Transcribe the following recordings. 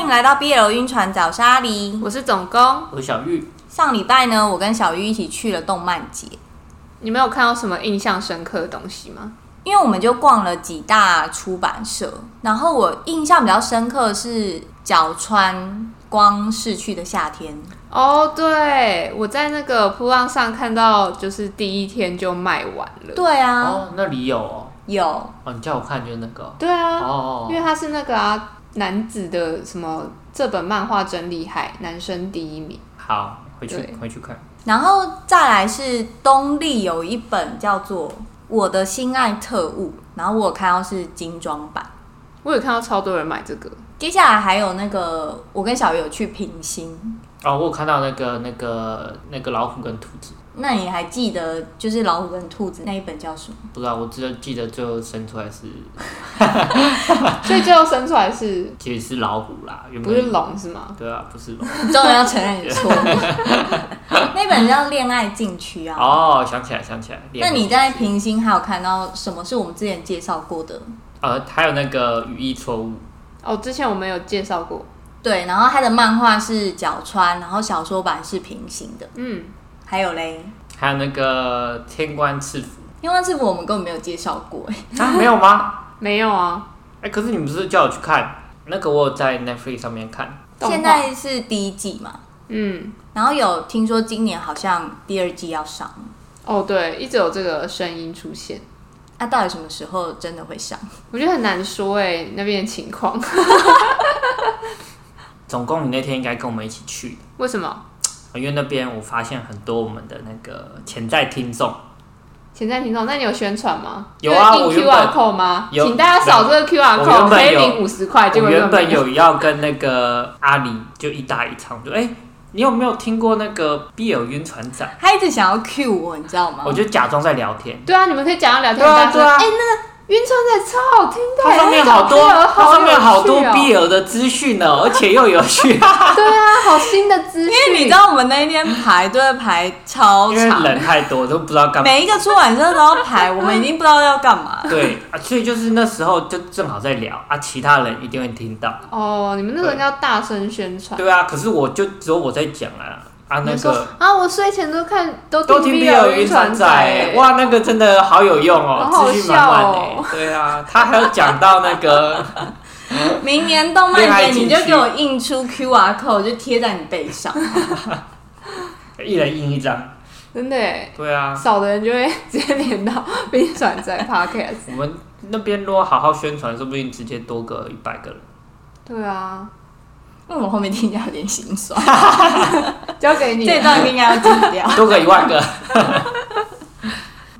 迎来到 BL 晕船找沙梨。我是总工，我是小玉，上礼拜呢，我跟小鱼一起去了动漫节，你们有看到什么印象深刻的东西吗？因为我们就逛了几大出版社，然后我印象比较深刻的是角川光逝去的夏天，哦、对，我在那个铺浪上看到，就是第一天就卖完了。对啊，哦，那里有哦，有哦，你叫我看就是那个哦，对啊，哦因为他是那个啊男子的什么这本漫画真厉害，男生第一名。哦好，回去对回去看，然后再来是东立有一本叫做《我的心爱特务》，然后我有看到是精装版。我有看到超多人买这个，接下来还有那个，我跟小鱼有去平心，哦，我有看到那个那个那个老虎跟兔子，那你还记得就是老虎跟兔子那一本叫什么？不知道，我只记得最后生出来是所以最后生出来是其实是老虎啦，原不本是龙是吗？对啊，不是龙，终于要承认你 错了，那本叫《恋爱禁区》啊。哦，想起来想起来，那你在平心还有看到什么是我们之前介绍过的？呃，还有那个语义错误，哦，之前我们有介绍过，对，然后他的漫画是角川，然后小说版是平行的，嗯，还有嘞，还有那个天官赐福因为这部我们根本没有介绍过、哎啊，没有吗？没有啊，哎、可是你不是叫我去看那个？我有在 Netflix 上面看，动画现在是第一季嘛，嗯，然后有听说今年好像第二季要上，哦，对，一直有这个声音出现。那、啊到底什么时候真的会上？我觉得很难说哎、那边的情况 总共你那天应该跟我们一起去的，为什么？因为那边我发现很多我们的那个潜在听众，潜在听众，那你有宣传吗？有啊有我印原本 QR code 吗？有请大家扫这个 QR 我原 code，本黑有领五十块，结我果原本没有。有要跟那个阿里就一搭一唱，就哎、你有没有听过那个 BL 晕船长？他一直想要 cue 我，你知道吗我？就假装在聊天。对啊，你们可以讲到聊天，对啊大家说对啊哎、那个晕船仔超好听的，它上面那个好多， BL 它上面好多 有趣哦 BL 的资讯哦， 而且又有趣，对啊，好新的资讯。因为你知道我们那一天排队排超因为长，人太多都不知道干嘛。每一个出版社都要排，我们已经不知道要干 嘛。对啊，所以就是那时候就正好在聊啊，其他人一定会听到。哦，你们那个人要大声宣传。对啊，可是我就只有我在讲啊啊你那们说个啊，我睡前都看都都听 BL BL 晕船船仔、欸哇，那个真的好有用哦，好好资讯满满笑哎哦。对啊，他还有讲到那个， 明年动恋漫爱节你禁就区给我印出 QR code，就贴在你背 上。一人印一张。真的欸对啊，少的人就会 直接连到晕船仔 podcast。我们那边如果好好宣传，说不定直接多个一百 个人。对啊，因为嗯我后面听起来有点心酸，交给你。 这段应该要剪掉。多个一万个。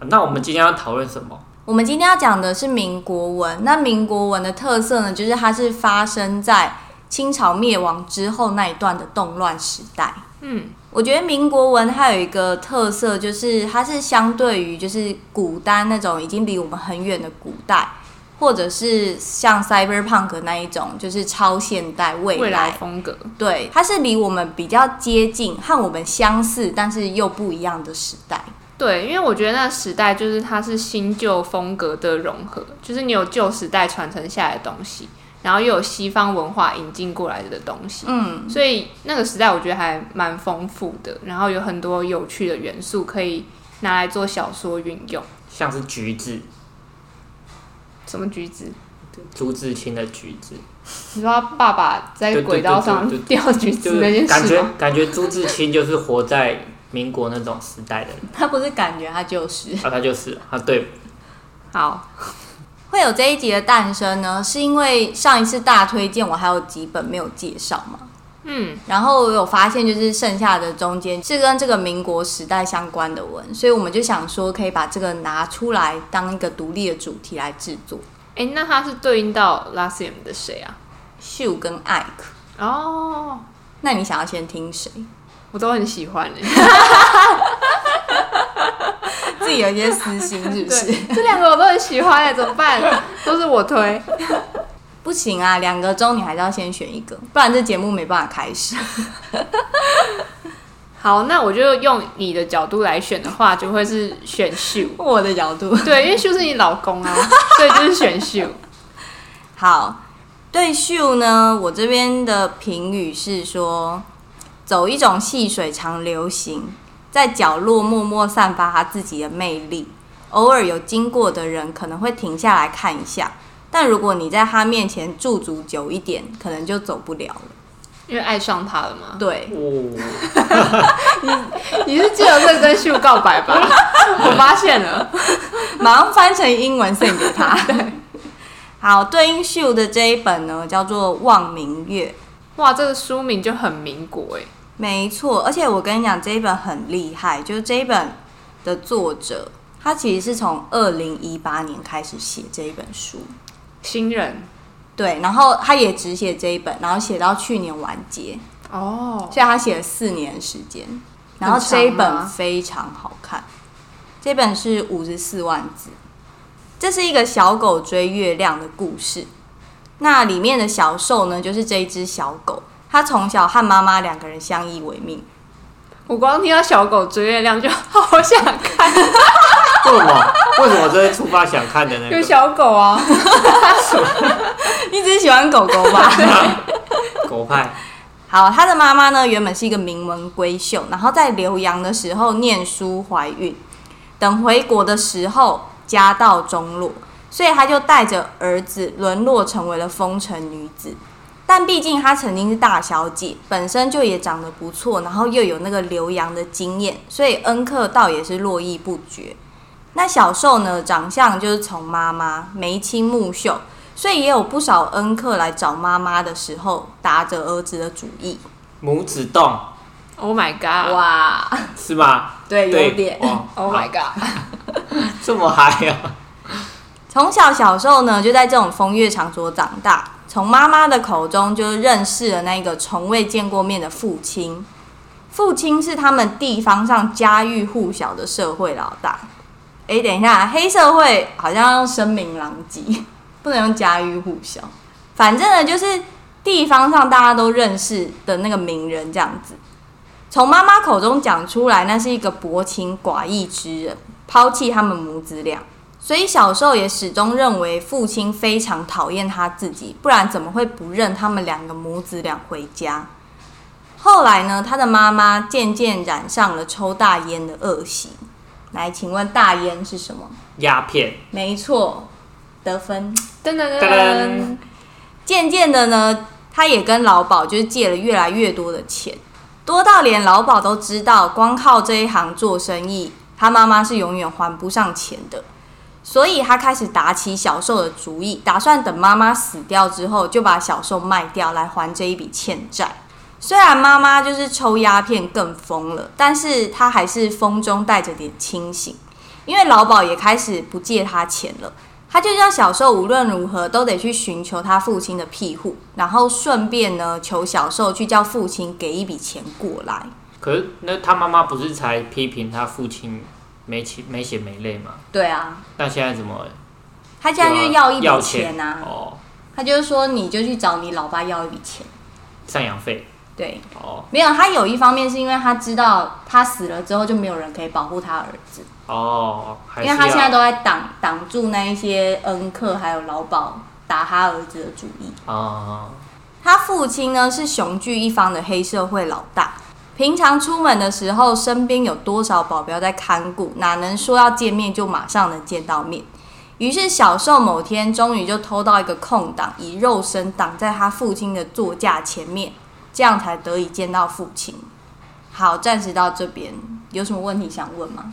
那我们今天要讨论什么？ 我们今天要讲的是民国文，那民国文的特色呢，就是它是发生在清朝灭亡之后那一段的动乱时代。嗯，我觉得民国文还有一个特色，就是它是相对于就是古代那种已经离我们很远的古代，或者是像 cyberpunk 那一种，就是超现代未来未来风格。对，它是离我们比较接近，和我们相似，但是又不一样的时代。对，因为我觉得那时代就是它是新旧风格的融合，就是你有旧时代传承下来的东西，然后又有西方文化引进过来的东西，嗯，所以那个时代我觉得还蛮丰富的，然后有很多有趣的元素可以拿来做小说运用，像是橘子，什么橘子。朱自清的橘子，你说他爸爸在对对轨道上对对掉橘子就那件是感事觉吗？感觉朱自清就是活在民国那种时代的人，它不是感觉，它就是。啊，他就是啊，对， 好，会有这一集的诞生呢，是因为上一次大推荐我还有几本没有介绍嘛，嗯，然后我有发现就是剩下的中间是跟这个民国时代相关的文，所以我们就想说可以把这个拿出来当一个独立的主题来制作。哎，那他是对应到 Last M 的谁啊？秀跟艾克，哦，那你想要先听 谁？我都很喜欢哎、自己有一些私心是不是？对，这两个我都很喜欢哎，怎么办？ 都是我推。不行啊，两个中你还是要先选一个，不然这节目没办法开始。好，那我就用你的角度来选的话，就会是选秀。我的角度， 对，因为秀是你老公啊，所以就是选秀。好，对 Shu 呢，我这边的评语是说，走一种细水长流型，在角落默默散发他自己的魅力。偶尔有经过的人可能会停下来看一下，但如果你在他面前驻足久一点，可能就走不了了。因为爱上他了嘛。对，哦，你是记得会跟秀告白吧？ 我发现了，马上翻成英文送给他。 好，对应 Shu 的这一本呢，叫做《望明月》。哇，这个书名就很民国哎、没错，而且我跟你讲，这一本很厉害，就是这一本的作者，他其实是从二零一八年开始写这一本书，新人对，然后他也只写这一本，然后写到去年完结，哦，所以他写了四年时间。然后很长这一本吗非常好看，这本是五十四万字，这是一个小狗追月亮的故事。那里面的小兽呢，就是这一只小狗，它从小和妈妈两个人相依为命。我光听到小狗追月亮就好想看，为什么？为什么这是触发想看的那 有个小狗啊，你只是喜欢狗狗吧？ 狗派？好，他的妈妈呢，原本是一个名门闺秀，然后在留洋的时候念书怀孕，等回国的时候家道中落，所以他就带着儿子沦落成为了风尘女子。但毕竟她曾经是大小姐，本身就也长得不错，然后又有那个留洋的经验，所以恩客倒也是络绎不绝。那小受呢，长相就是从妈妈眉清目秀，所以也有不少恩客来找妈妈的时候，打着儿子的主意。拇指洞 Oh my god！哇，是吧？对，对，有点。 哦 Oh my god！这么嗨啊！从小小时候呢，就在这种风月场所长大，从妈妈的口中就认识了那个从未见过面的父亲。父亲是他们地方上家喻户晓的社会老大。诶，等一下，黑社会好像要用声名狼藉， 不能用家喻户晓。反正呢，就是地方上大家都认识的那个名人这样子。从妈妈口中讲出来，那是一个薄情寡义之人，抛弃他们母子俩。所以小时候也始终认为父亲非常讨厌他自己，不然怎么会不认他们两个母子俩回家？后来呢，他的妈妈渐渐染上了抽大烟的恶习。来，请问大烟是什么？鸦片，没错，得分。噔噔噔噔噔噔，渐渐的呢，他也跟老鸨就是借了越来越多的钱，多到连老鸨都知道，光靠这一行做生意，他妈妈是永远还不上钱的。所以他开始打起小受的主意，打算等妈妈死掉之后，就把小受卖掉来还这一笔欠债。虽然妈妈就是抽鸦片更疯了，但是他还是风中带着点清醒，因为老鸨也开始不借他钱了。他就叫小受无论如何都得去寻求他父亲的庇护，然后顺便呢求小受去叫父亲给一笔钱过来。可是那他妈妈不是才批评他父亲没情没血没泪吗？对啊，那现在怎么？他现在就要一笔钱啊，哦，他就是说你就去找你老爸要一笔钱。赡养费对，哦没有他有一方面是因为他知道他死了之后就没有人可以保护他儿子，哦，还因是为他现在要都在挡挡住那一些恩客还有老鸨打他儿子的主意。啊，他父亲呢是雄踞一方的黑社会老大，平常出门的时候，身边有多少保镖在看顾，哪能说要见面就马上能见到面？于是小受某天终于就偷到一个空档，以肉身挡在他父亲的座驾前面，这样才得以见到父亲。好，暂时到这边，有什么问题想问吗？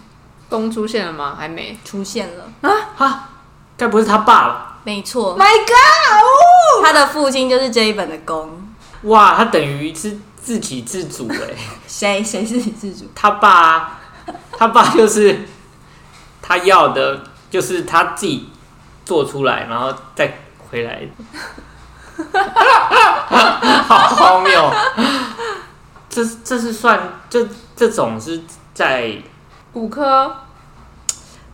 公出现了吗？还没。出现了，哈，该不是他爸吧？没错， My God！他的父亲就是这一本的公，哇，他等于是自给自足哎，谁谁是自主？他爸啊，他爸就是 他要的，就是他自己做出来，然后再回来， 好荒谬！这这是算这这种是在骨科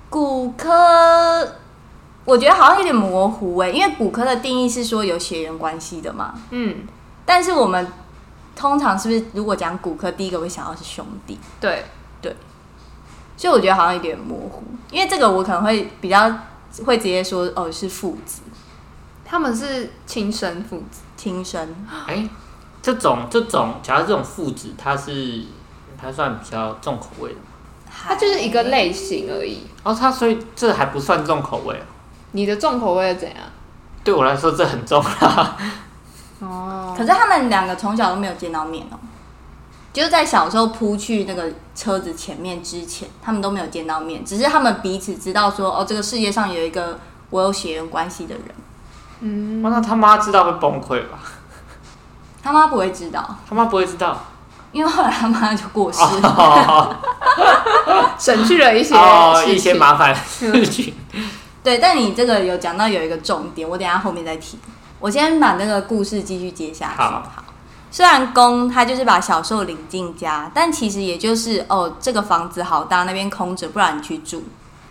骨科，我觉得好像有点模糊哎、因为骨科的定义是说有血缘关系的嘛，嗯，但是我们通常是不是如果讲骨科，第一个会想到是兄弟，对，所以我觉得好像有点模糊，因为这个我可能会比较会直接说哦是父子，他们是亲生父子，亲生哎、这种这种，假如这种父子，它是它算比较重口味的吗它就是一个类型而已。哦，它所以这还不算重口味哦，你的重口味是怎样？对我来说这很重啦。哦，可是他们两个从小都没有见到面哦，就是在小时候扑去那个车子前面之前，他们都没有见到面，只是他们彼此知道说，哦，这个世界上有一个我有血缘关系的人，嗯，哦哇那他妈知道会崩溃吧？他妈不会知道，他妈不会知道。因为后来他妈就过世了。哦，省去了一些哦，事一些情麻烦的事情。对，但你这个有讲到有一个重点，我等一下后面再提。我先把那个故事继续接下去。好虽然公他就是把小受领进家，但其实也就是哦，这个房子好大，那边空着，不然你去住，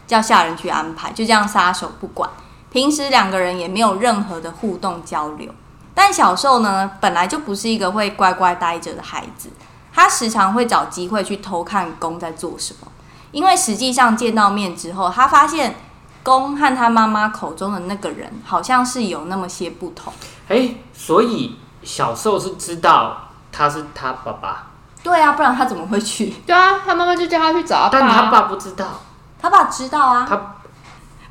叫下人去安排，就这样撒手不管。平时两个人也没有任何的互动交流。但小受呢，本来就不是一个会乖乖待着的孩子，他时常会找机会去偷看公在做什么。因为实际上见到面之后，他发现公和他妈妈口中的那个人好像是有那么些不同。哎、所以小受是知道他是他爸爸，对啊，不然他怎么会去？对啊，他妈妈就叫他去找他但爸他啊，爸不知道。 他爸知道啊，他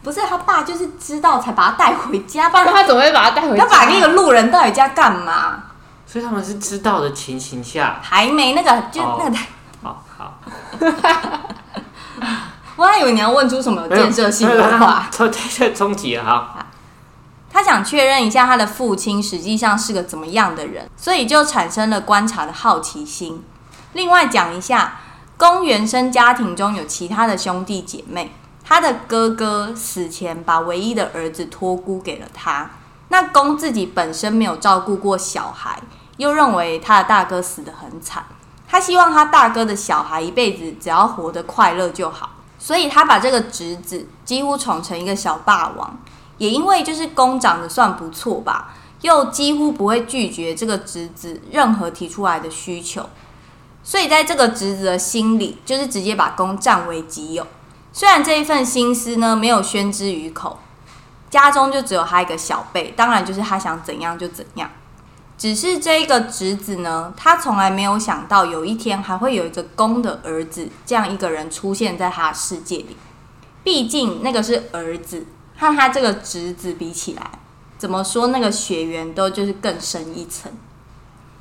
不是他爸就是知道才把他带回家，不不然然他怎么会把他带回他家？他把那个路人带回家干嘛？所以他们是知道的情形下，还没那个，就哦那个，哦，好， 我还以为你要问出什么有建设性的话。这这终极了哈。他想确认一下他的父亲实际上是个怎么样的人，所以就产生了观察的好奇心。另外讲一下，公原生家庭中有其他的兄弟姐妹，他的哥哥死前把唯一的儿子托孤给了他。那公自己本身没有照顾过小孩，又认为他的大哥死得很惨，他希望他大哥的小孩一辈子只要活得快乐就好，所以他把这个侄子几乎宠成一个小霸王。也因为就是公长得算不错吧，又几乎不会拒绝这个侄子任何提出来的需求，所以在这个侄子的心里，就是直接把公占为己有。虽然这一份心思呢没有宣之于口，家中就只有他一个小辈，当然就是他想怎样就怎样。只是这一个侄子呢，他从来没有想到有一天还会有一个公的儿子这样一个人出现在他的世界里。毕竟那个是儿子，和他这个侄子比起来，怎么说那个血缘都就是更深一层，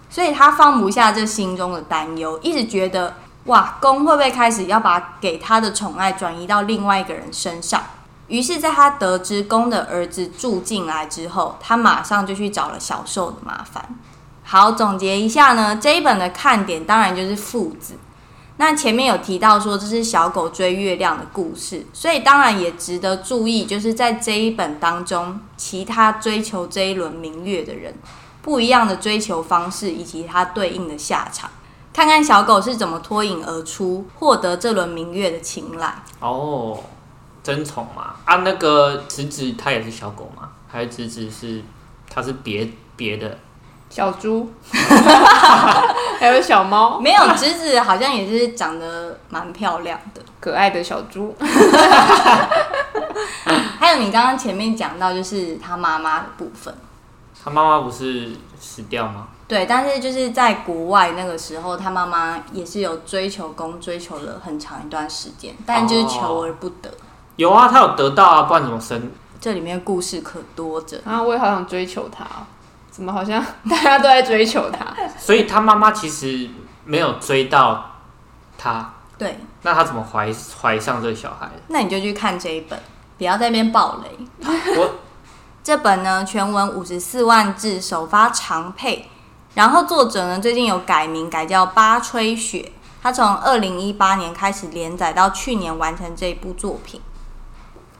所以他放不下这心中的担忧，一直觉得哇，公会不会开始要把给他的宠爱转移到另外一个人身上？于是，在他得知公的儿子住进来之后，他马上就去找了小受的麻烦。好，总结一下呢，这一本的看点当然就是父子。那前面有提到说这是小狗追月亮的故事，所以当然也值得注意，就是在这一本当中，其他追求这一轮明月的人不一样的追求方式，以及它对应的下场。看看小狗是怎么脱颖而出，获得这轮明月的青睐。哦，争宠嘛。啊，那个侄子他也是小狗嘛，还是侄子是他是别别的？小 猪，还有小猫，没有侄子好像也是长得蛮漂亮的。可爱的小猪，还有你刚刚前面讲到，就是他妈妈的部分。他妈妈不是死掉吗？对，但是就是在国外那个时候，他妈妈也是有追求公，追求了很长一段时间，但就是求而不得。有啊，他有得到啊，不然怎么生？这里面故事可多着，啊，我也好想追求他哦，怎么好像大家都在追求他？所以他妈妈其实没有追到他，对，那他怎么怀怀上这个小 孩？那你就去看这一本，不要在那边暴雷。我这本呢，全文五十四万字，首发长配。然后作者呢，最近有改名，改叫巴吹雪。他从二零一八年开始连载，到去年完成这一部作品。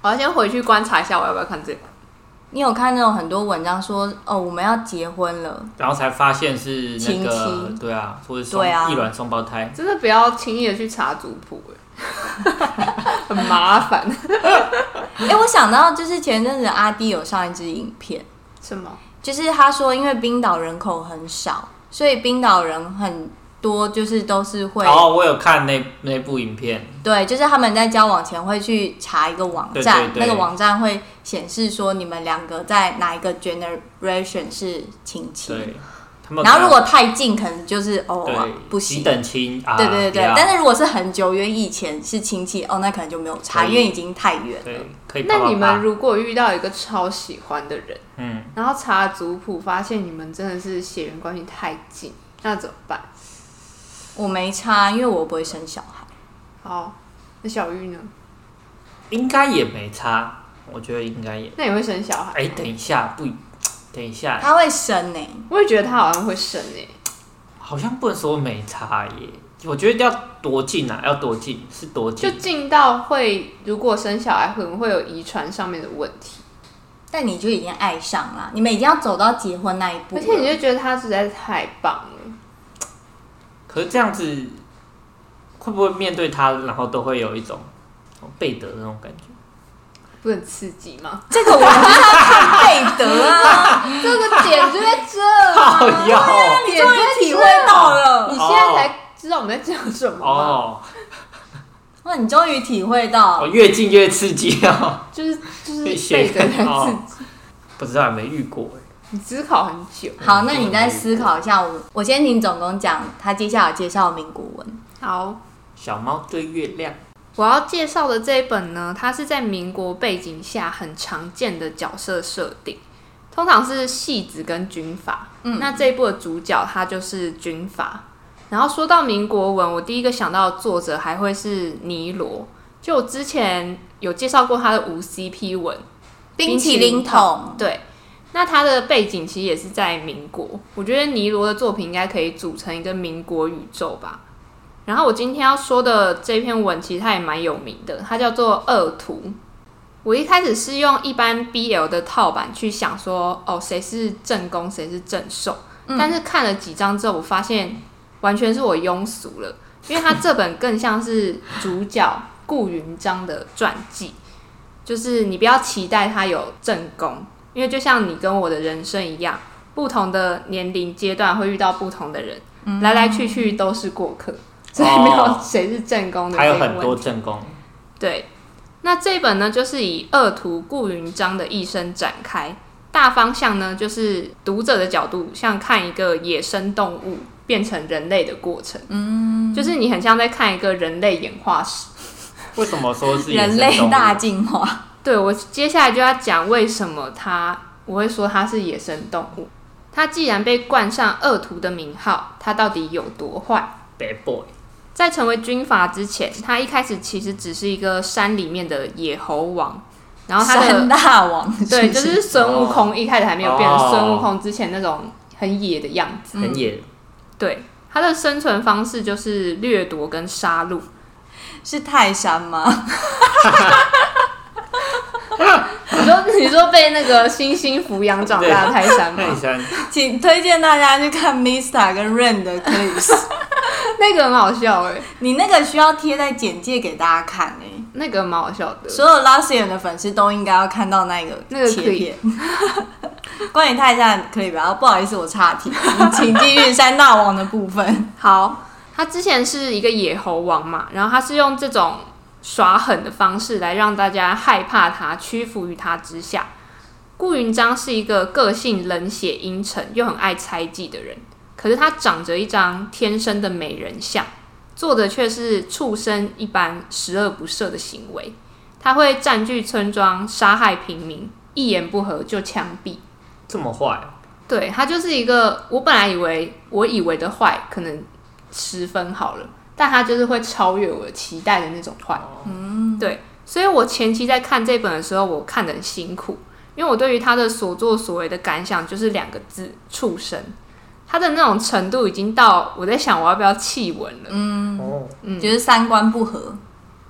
我要先回去观察一下，我要不要看这个？你有看那种很多文章说，哦，我们要结婚了，然后才发现是那个亲戚对啊，或者双对啊异卵双胞胎。真的不要轻易的去查族谱，哎， 很麻烦。哎、我想到就是前阵子阿弟有上一支影片，什么？就是他说因为冰岛人口很少，所以冰岛人很多就是都是会、哦，我有看那那部影片，对，就是他们在交往前会去查一个网站，对对对那个网站会显示说你们两个在哪一个 generation 是亲戚。对，他们有然后如果看太近，可能就是哦、啊对不几行。等亲啊，对对对不对，要但是如果是很久远以前是亲戚哦，那可能就没有差，可以因为已经太远了。对可以啪啪啪。那你们如果遇到一个超喜欢的人，嗯，然后查族谱发现你们真的是血缘关系太近，那怎么办？我没差，因为我不会生小孩。好，那小玉呢？应该也没差，我觉得应该也。那你会生小孩？哎，等一下，不，等一下，他会生呢、我也觉得他好像会生欸诶、好像不能说没差耶。我觉得要多近啊，要多近是多就近，近到会，如果生小孩可能会有遗传上面的问题，但你就已经爱上了，你们已经要走到结婚那一步而啊了。且你就觉得他实在是太棒了。可是这样子会不会面对他，然后都会有一种哦贝德那种感觉？不是很刺激吗？这个我们就是要看贝德啊，这个点就在这 啊，靠腰你终于体会到了你，现在才知道我们在讲什么吗？哦，哇，你终于体会到哦，越近越刺激哦，就是 就是被背着写在刺哦激，不知道有没有遇过哎，你思考很久。好，那你再思考一下。我我先听总工讲，他接下来介绍名古文。好，小猫对月亮，我要介绍的这一本呢，它是在民国背景下很常见的角色设定，通常是戏子跟军阀。嗯那这一部的主角他就是军阀。然后说到民国文，我第一个想到的作者还会是尼罗，就我之前有介绍过他的无 CP 文，冰淇淋桶，对，那它的背景其实也是在民国，我觉得尼罗的作品应该可以组成一个民国宇宙吧。然后我今天要说的这篇文，其实它也蛮有名的，它叫做《恶徒》。我一开始是用一般 BL 的套版去想说，哦，谁是正宫，谁是正受。嗯但是看了几章之后，我发现完全是我庸俗了，因为它这本更像是主角顾云章的传记。就是你不要期待他有正宫，因为就像你跟我的人生一样，不同的年龄阶段会遇到不同的人，来来去去都是过客，所以没有嗯哦谁是正宫的还这有个很问多题。正宫，对，那这一本呢，就是以恶徒顾云章的一生展开，大方向呢就是读者的角度，像看一个野生动物变成人类的过程，嗯，就是你很像在看一个人类演化史。为什么说是野生人类动物大进化。对我接下来就要讲为什么它，我会说它是野生动物。它既然被冠上恶徒的名号，它到底有多坏？ bad boy？在成为军阀之前，它一开始其实只是一个山里面的野猴王，然后它山的大王， 对，不就是孙悟空一开始还没有变哦成孙悟空之前那种很野的样子。很野，对，它的生存方式就是掠夺跟杀戮。是泰山吗？ 你说 你说被那个猩猩抚养长大的泰山吗？ 泰山请推荐大家去看 Mista 跟 Rain 的 clips，那个很好笑哎、你那个需要贴在简介给大家看欸诶、那个蛮好笑的。所有 l a s i a n 的粉丝都应该要看到那个那个切片。 关于泰山的 clip 啊，不好意思，我岔题，请继续山大王的部分。 好，他之前是一个野猴王嘛，然后他是用这种耍狠的方式来让大家害怕他，屈服于他之下。顾云章是一个个性冷血、阴沉又很爱猜忌的人，可是他长着一张天生的美人相，做的却是畜生一般十恶不赦的行为。他会占据村庄，杀害平民，一言不合就枪毙。这么坏哦，对，他就是一个我本来以为我以为的坏，可能十分好了，但他就是会超越我的期待的那种坏。嗯，对，所以我前期在看这本的时候，我看得很辛苦，因为我对于他的所作所为的感想就是两个字：畜生。他的那种程度已经到我在想我要不要弃文了，哦，嗯就是三观不合，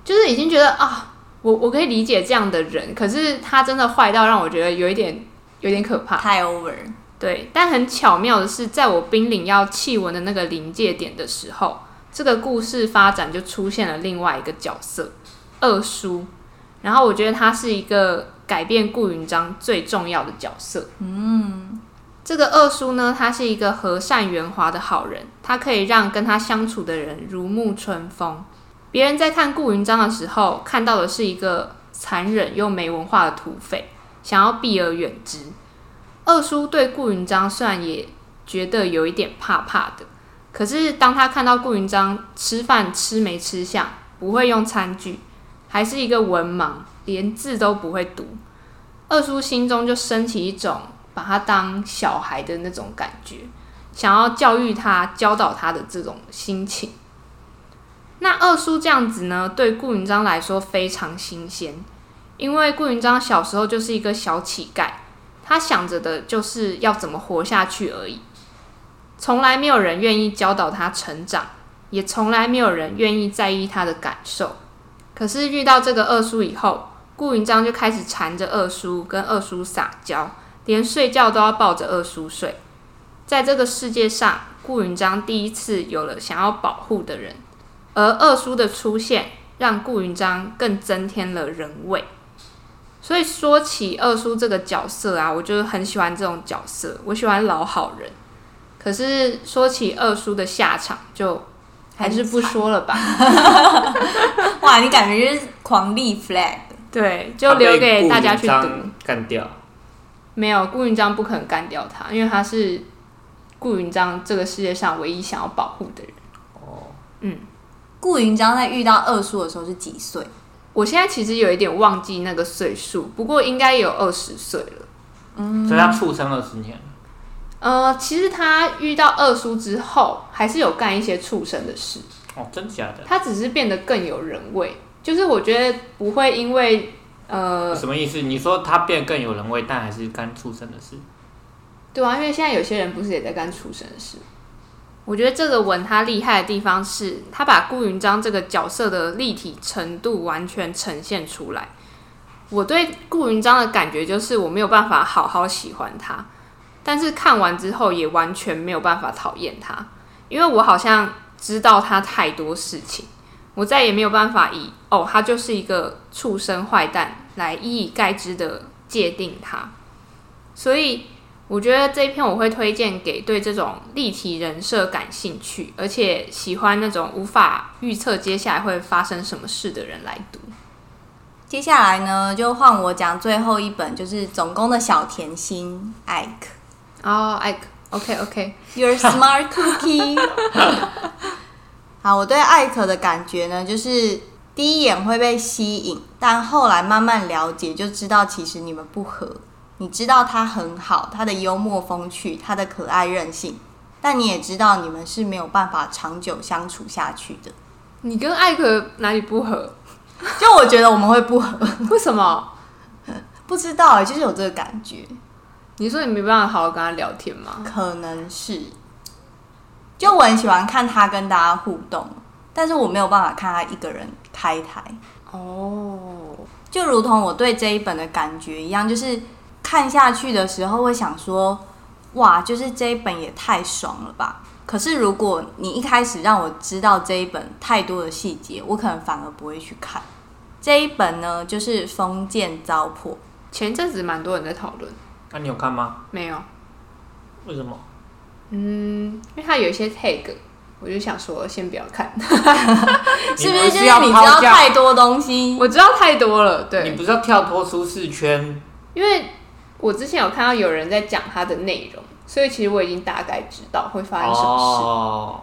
就是已经觉得啊，我我可以理解这样的人，可是他真的坏到让我觉得有一点有点可怕。太 over。对，但很巧妙的是，在我濒临要弃文的那个临界点的时候，这个故事发展就出现了另外一个角色二叔。然后我觉得他是一个改变顾云章最重要的角色。嗯，这个二叔呢，他是一个和善圆滑的好人，他可以让跟他相处的人如沐春风。别人在看顾云章的时候，看到的是一个残忍又没文化的土匪，想要避而远之。二叔对顾云章虽然也觉得有一点怕怕的，可是当他看到顾云章吃饭吃没吃相，不会用餐具，还是一个文盲，连字都不会读，二叔心中就升起一种把他当小孩的那种感觉，想要教育他、教导他的这种心情。那二叔这样子呢，对顾云章来说非常新鲜，因为顾云章小时候就是一个小乞丐，他想着的就是要怎么活下去而已，从来没有人愿意教导他成长，也从来没有人愿意在意他的感受。可是遇到这个二叔以后，顾云章就开始缠着二叔，跟二叔撒娇，连睡觉都要抱着二叔睡。在这个世界上，顾云章第一次有了想要保护的人，而二叔的出现让顾云章更增添了人味。所以说起二叔这个角色啊，我就是很喜欢这种角色，我喜欢老好人。可是说起二叔的下场，就还是不说了吧。 哇，你感觉就是狂立 flag，对，就留给大家去他读被。顾云章干掉，没有，顾云章不可能干掉他，因为他是顾云章这个世界上唯一想要保护的人。顾云章在遇到二叔的时候是几岁？我现在其实有一点忘记那个岁数，不过应该有二十岁了。嗯所以他畜生二十年。呃，其实他遇到二叔之后，还是有干一些畜生的事，哦，真假的？他只是变得更有人味。就是我觉得不会因为呃，什么意思？你说他变得更有人味，但还是干畜生的事？对啊，因为现在有些人不是也在干畜生的事。我觉得这个文他厉害的地方是，他把顾云章这个角色的立体程度完全呈现出来。我对顾云章的感觉就是我没有办法好好喜欢他，但是看完之后也完全没有办法讨厌他，因为我好像知道他太多事情，我再也没有办法以哦他就是一个畜生坏蛋来一以概之的界定他，所以我觉得这一篇我会推荐给对这种立体人设感兴趣，而且喜欢那种无法预测接下来会发生什么事的人来读。接下来呢，就换我讲最后一本，就是总攻的小甜心 Ike。哦，艾克，OK OK， Your smart cookie。好，我对艾可的感觉呢，就是第一眼会被吸引，但后来慢慢了解，就知道其实你们不合。你知道他很好，他的幽默风趣，他的可爱任性，但你也知道你们是没有办法长久相处下去的。 你跟艾克哪里不合？就我觉得我们会不合，为什么？不知道欸就是有这个感觉。你说你没办法好好跟他聊天吗？可能是，就我很喜欢看他跟大家互动，但是我没有办法看他一个人开台，哦，就如同我对这一本的感觉一样，就是看下去的时候会想说，哇，就是这一本也太爽了吧。可是如果你一开始让我知道这一本太多的细节，我可能反而不会去看。这一本呢，就是封建糟粕，前阵子蛮多人在讨论，那、你有看吗？没有，为什么？嗯，因为他有一些 tag，我就想说先不要 看，是你不们是？就是要你知抛道价？太多东西，我知道太多了，你对，不是要跳脱舒适圈？因为我之前有看到有人在讲他的内容，所以其实我已经大概知道会发生什么事。哦，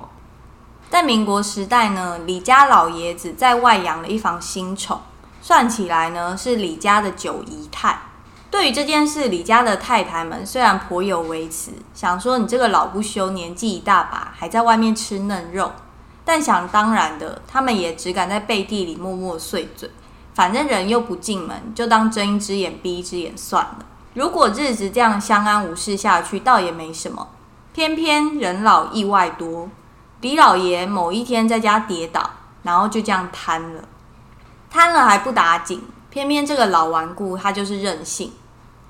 在民国时代呢，李家老爷子在外养了一房新宠，算起来呢是李家的九姨太。对于这件事，李家的太太们虽然颇有微词，想说你这个老不休，年纪一大把，还在外面吃嫩肉，但想当然的，他们也只敢在背地里默默碎嘴。反正人又不进门，就当睁一只眼闭一只眼算了。如果日子这样相安无事下去，倒也没什么。偏偏人老意外多，李老爷某一天在家跌倒，然后就这样瘫了。瘫了还不打紧，偏偏这个老顽固他就是任性，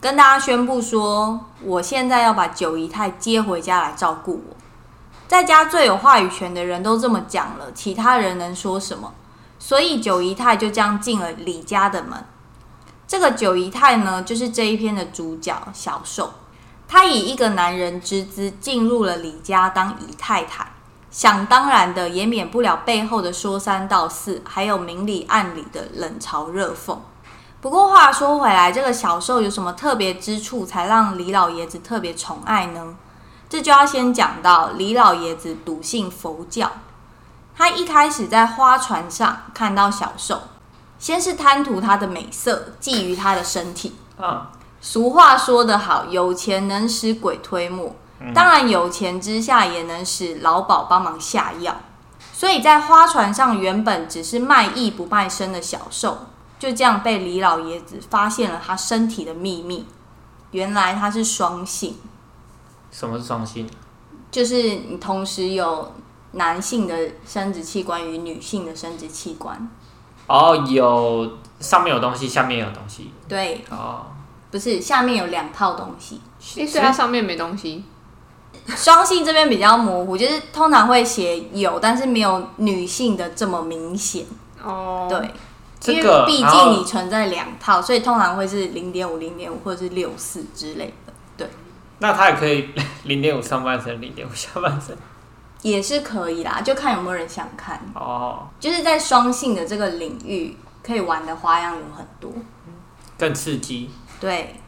跟大家宣布说：“我现在要把九姨太接回家来照顾我。”在家最有话语权的人都这么讲了，其他人能说什么？所以九姨太就这样进了李家的门。这个九姨太呢，就是这一篇的主角小寿。她以一个男人之姿进入了李家当姨太太，想当然的也免不了背后的说三道四，还有明里暗里的冷嘲热讽。不过话说回来，这个小受有什么特别之处，才让李老爷子特别宠爱呢？这就要先讲到李老爷子笃信佛教。他一开始在花船上看到小受，先是贪图他的美色，觊觎他的身体。啊，俗话说得好，有钱能使鬼推磨。当然，有钱之下也能使老鸨帮忙下药。所以在花船上，原本只是卖艺不卖身的小受，就这样被李老爷子发现了他身体的秘密。原来他是双性，什么是双性？就是你同时有男性的生殖器官与女性的生殖器官。哦，有上面有东西，下面有东西。对，哦，不是下面有两套东西。诶，所以它上面没东西， 双性这边比较模糊，就是通常会写有，但是没有女性的这么明显。哦，对，这因个为毕然后竟你存在两套，所以通常会是零点五、零点五或者是六四之类的，那他也可以 零点五上半身，零点五下半身。也是可以啦，就看有没有人想看。哦，就是在双性的这个领域，可以玩的花样有很多。更刺激。对，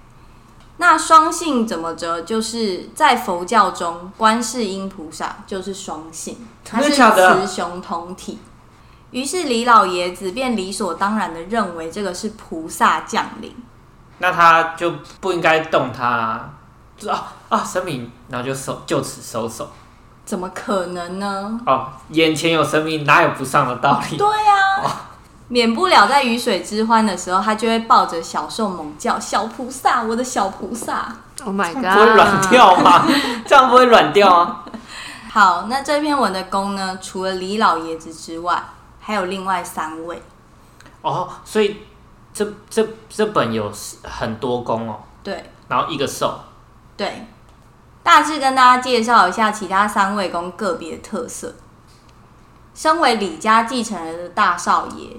那双性怎么着？就是在佛教中，观世音菩萨就是双性，他真的是假的雌雄同体。于是李老爷子便理所当然的认为这个是菩萨降临。那他就不应该动他、啊，就啊啊神明，然后就收就此收手。怎么可能呢？哦，眼前有神明，哪有不上的道理？对呀、哦免不了在鱼水之欢的时候，他就会抱着小兽猛叫：“小菩萨，我的小菩萨！” Oh my 不啊 god！ 会软掉吗？这样不会软掉啊吗？好，那这篇文的功呢，除了李老爷子之外，还有另外三位。哦，所以这这这本有很多宫哦，对，然后一个兽，对，大致跟大家介绍一下其他三位公个别特色。身为李家继承人的大少爷，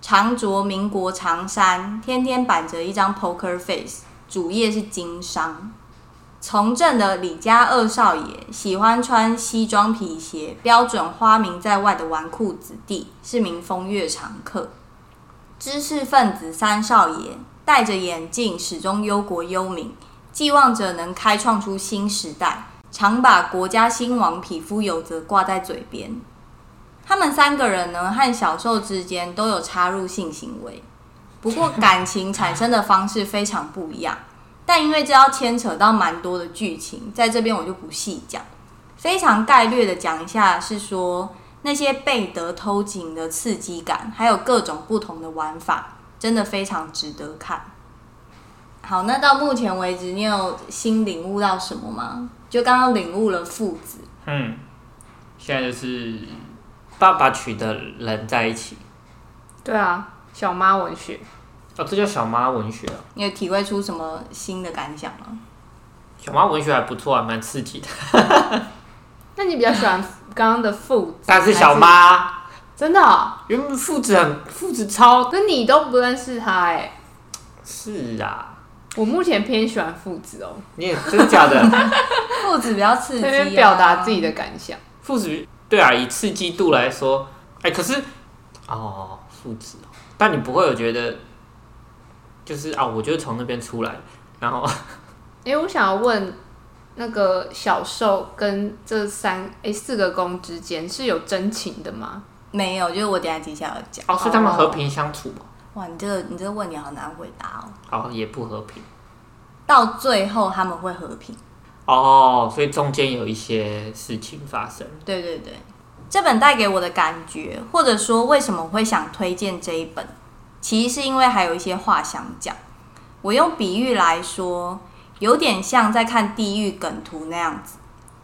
常着民国长衫，天天板着一张 poker face，主业是经商。从政的李家二少爷喜欢穿西装皮鞋，标准花名在外的纨绔子弟是民风乐常客。知识分子三少爷戴着眼镜，始终忧国忧民，寄望着能开创出新时代，常把国家兴亡、匹夫有责挂在嘴边。他们三个人呢，和小受之间都有插入性行为，不过感情产生的方式非常不一样。但因为这要牵扯到蛮多的剧情，在这边我就不细讲，非常概略的讲一下，是说那些贝德偷情的刺激感，还有各种不同的玩法，真的非常值得看。好，那到目前为止，你有新领悟到什么吗？就刚刚领悟了父子，嗯，现在就是爸爸娶的人在一起。对啊，小妈文学，哦，这叫小妈文学啊，你有体会出什么新的感想吗？小妈文学还不错啊，蛮刺激的。那你比较喜欢刚刚的父子，但是小妈，真的哦、原本父子很父子超可是你都不认识他哎、是啊，我目前偏喜欢父子哦，你也真的假的？父子比较刺这激、啊，边表达自己的感想。父子对啊，以刺激度来说，哎、可是哦，父子哦，但你不会有觉得，就是啊，我就是从那边出来，然后哎、我想要问那个小受跟这三哎、四个宫之间是有真情的吗？没有，就是我等一下接下来要讲。哦，所以他们和平相处哦，哇，你这个你这个问题好难回答哦。哦，也不和平到最后他们会和平。哦，所以中间有一些事情发生。对对对，这本带给我的感觉，或者说为什么会想推荐这一本，其实是因为还有一些话想讲。我用比喻来说，有点像在看地狱梗图那样子，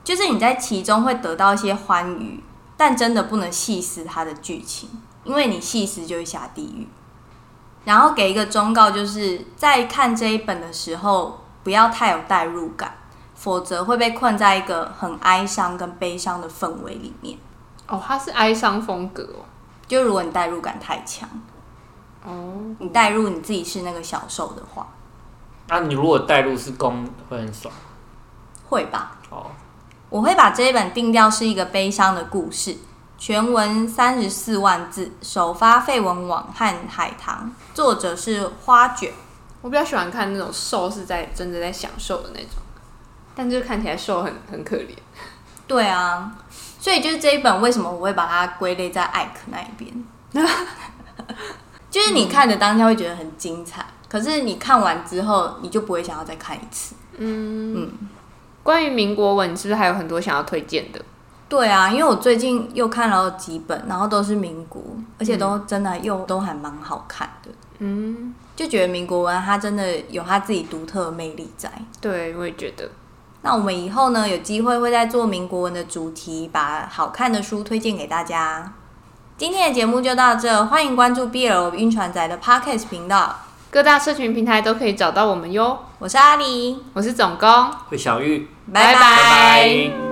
就是你在其中会得到一些欢愉，但真的不能细思它的剧情，因为你细思就会下地狱。然后给一个忠告，就是在看这一本的时候，不要太有代入感。否则会被困在一个很哀伤跟悲伤的氛围里面。哦，他是哀伤风格哦。就如果你代入感太强，哦，你代入你自己是那个小受的话，那、你如果带入是公会很爽，会吧？哦，我会把这一本定调是一个悲伤的故事，全文三十四万字，首发废文网和海棠，作者是花卷。我比较喜欢看那种瘦是在真的在享受的那种，但就是看起来瘦很很可怜。对啊，所以就是这一本为什么我会把它归类在艾克那一边，就是你看的当下会觉得很精彩，可是你看完之后你就不会想要再看一次。关于民国文，你是不是还有很多想要推荐的？对啊，因为我最近又看了几本，然后都是民国，而且都真的又都还蛮好看的，嗯，就觉得民国文啊它真的有它自己独特的魅力在。对，我也觉得。那我们以后呢，有机会会再做民国文的主题，把好看的书推荐给大家。今天的节目就到这，欢迎关注 BL 晕船仔的 Podcast 频道，各大社群平台都可以找到我们哟。我是阿狸，我是总工，会小玉，拜拜拜拜。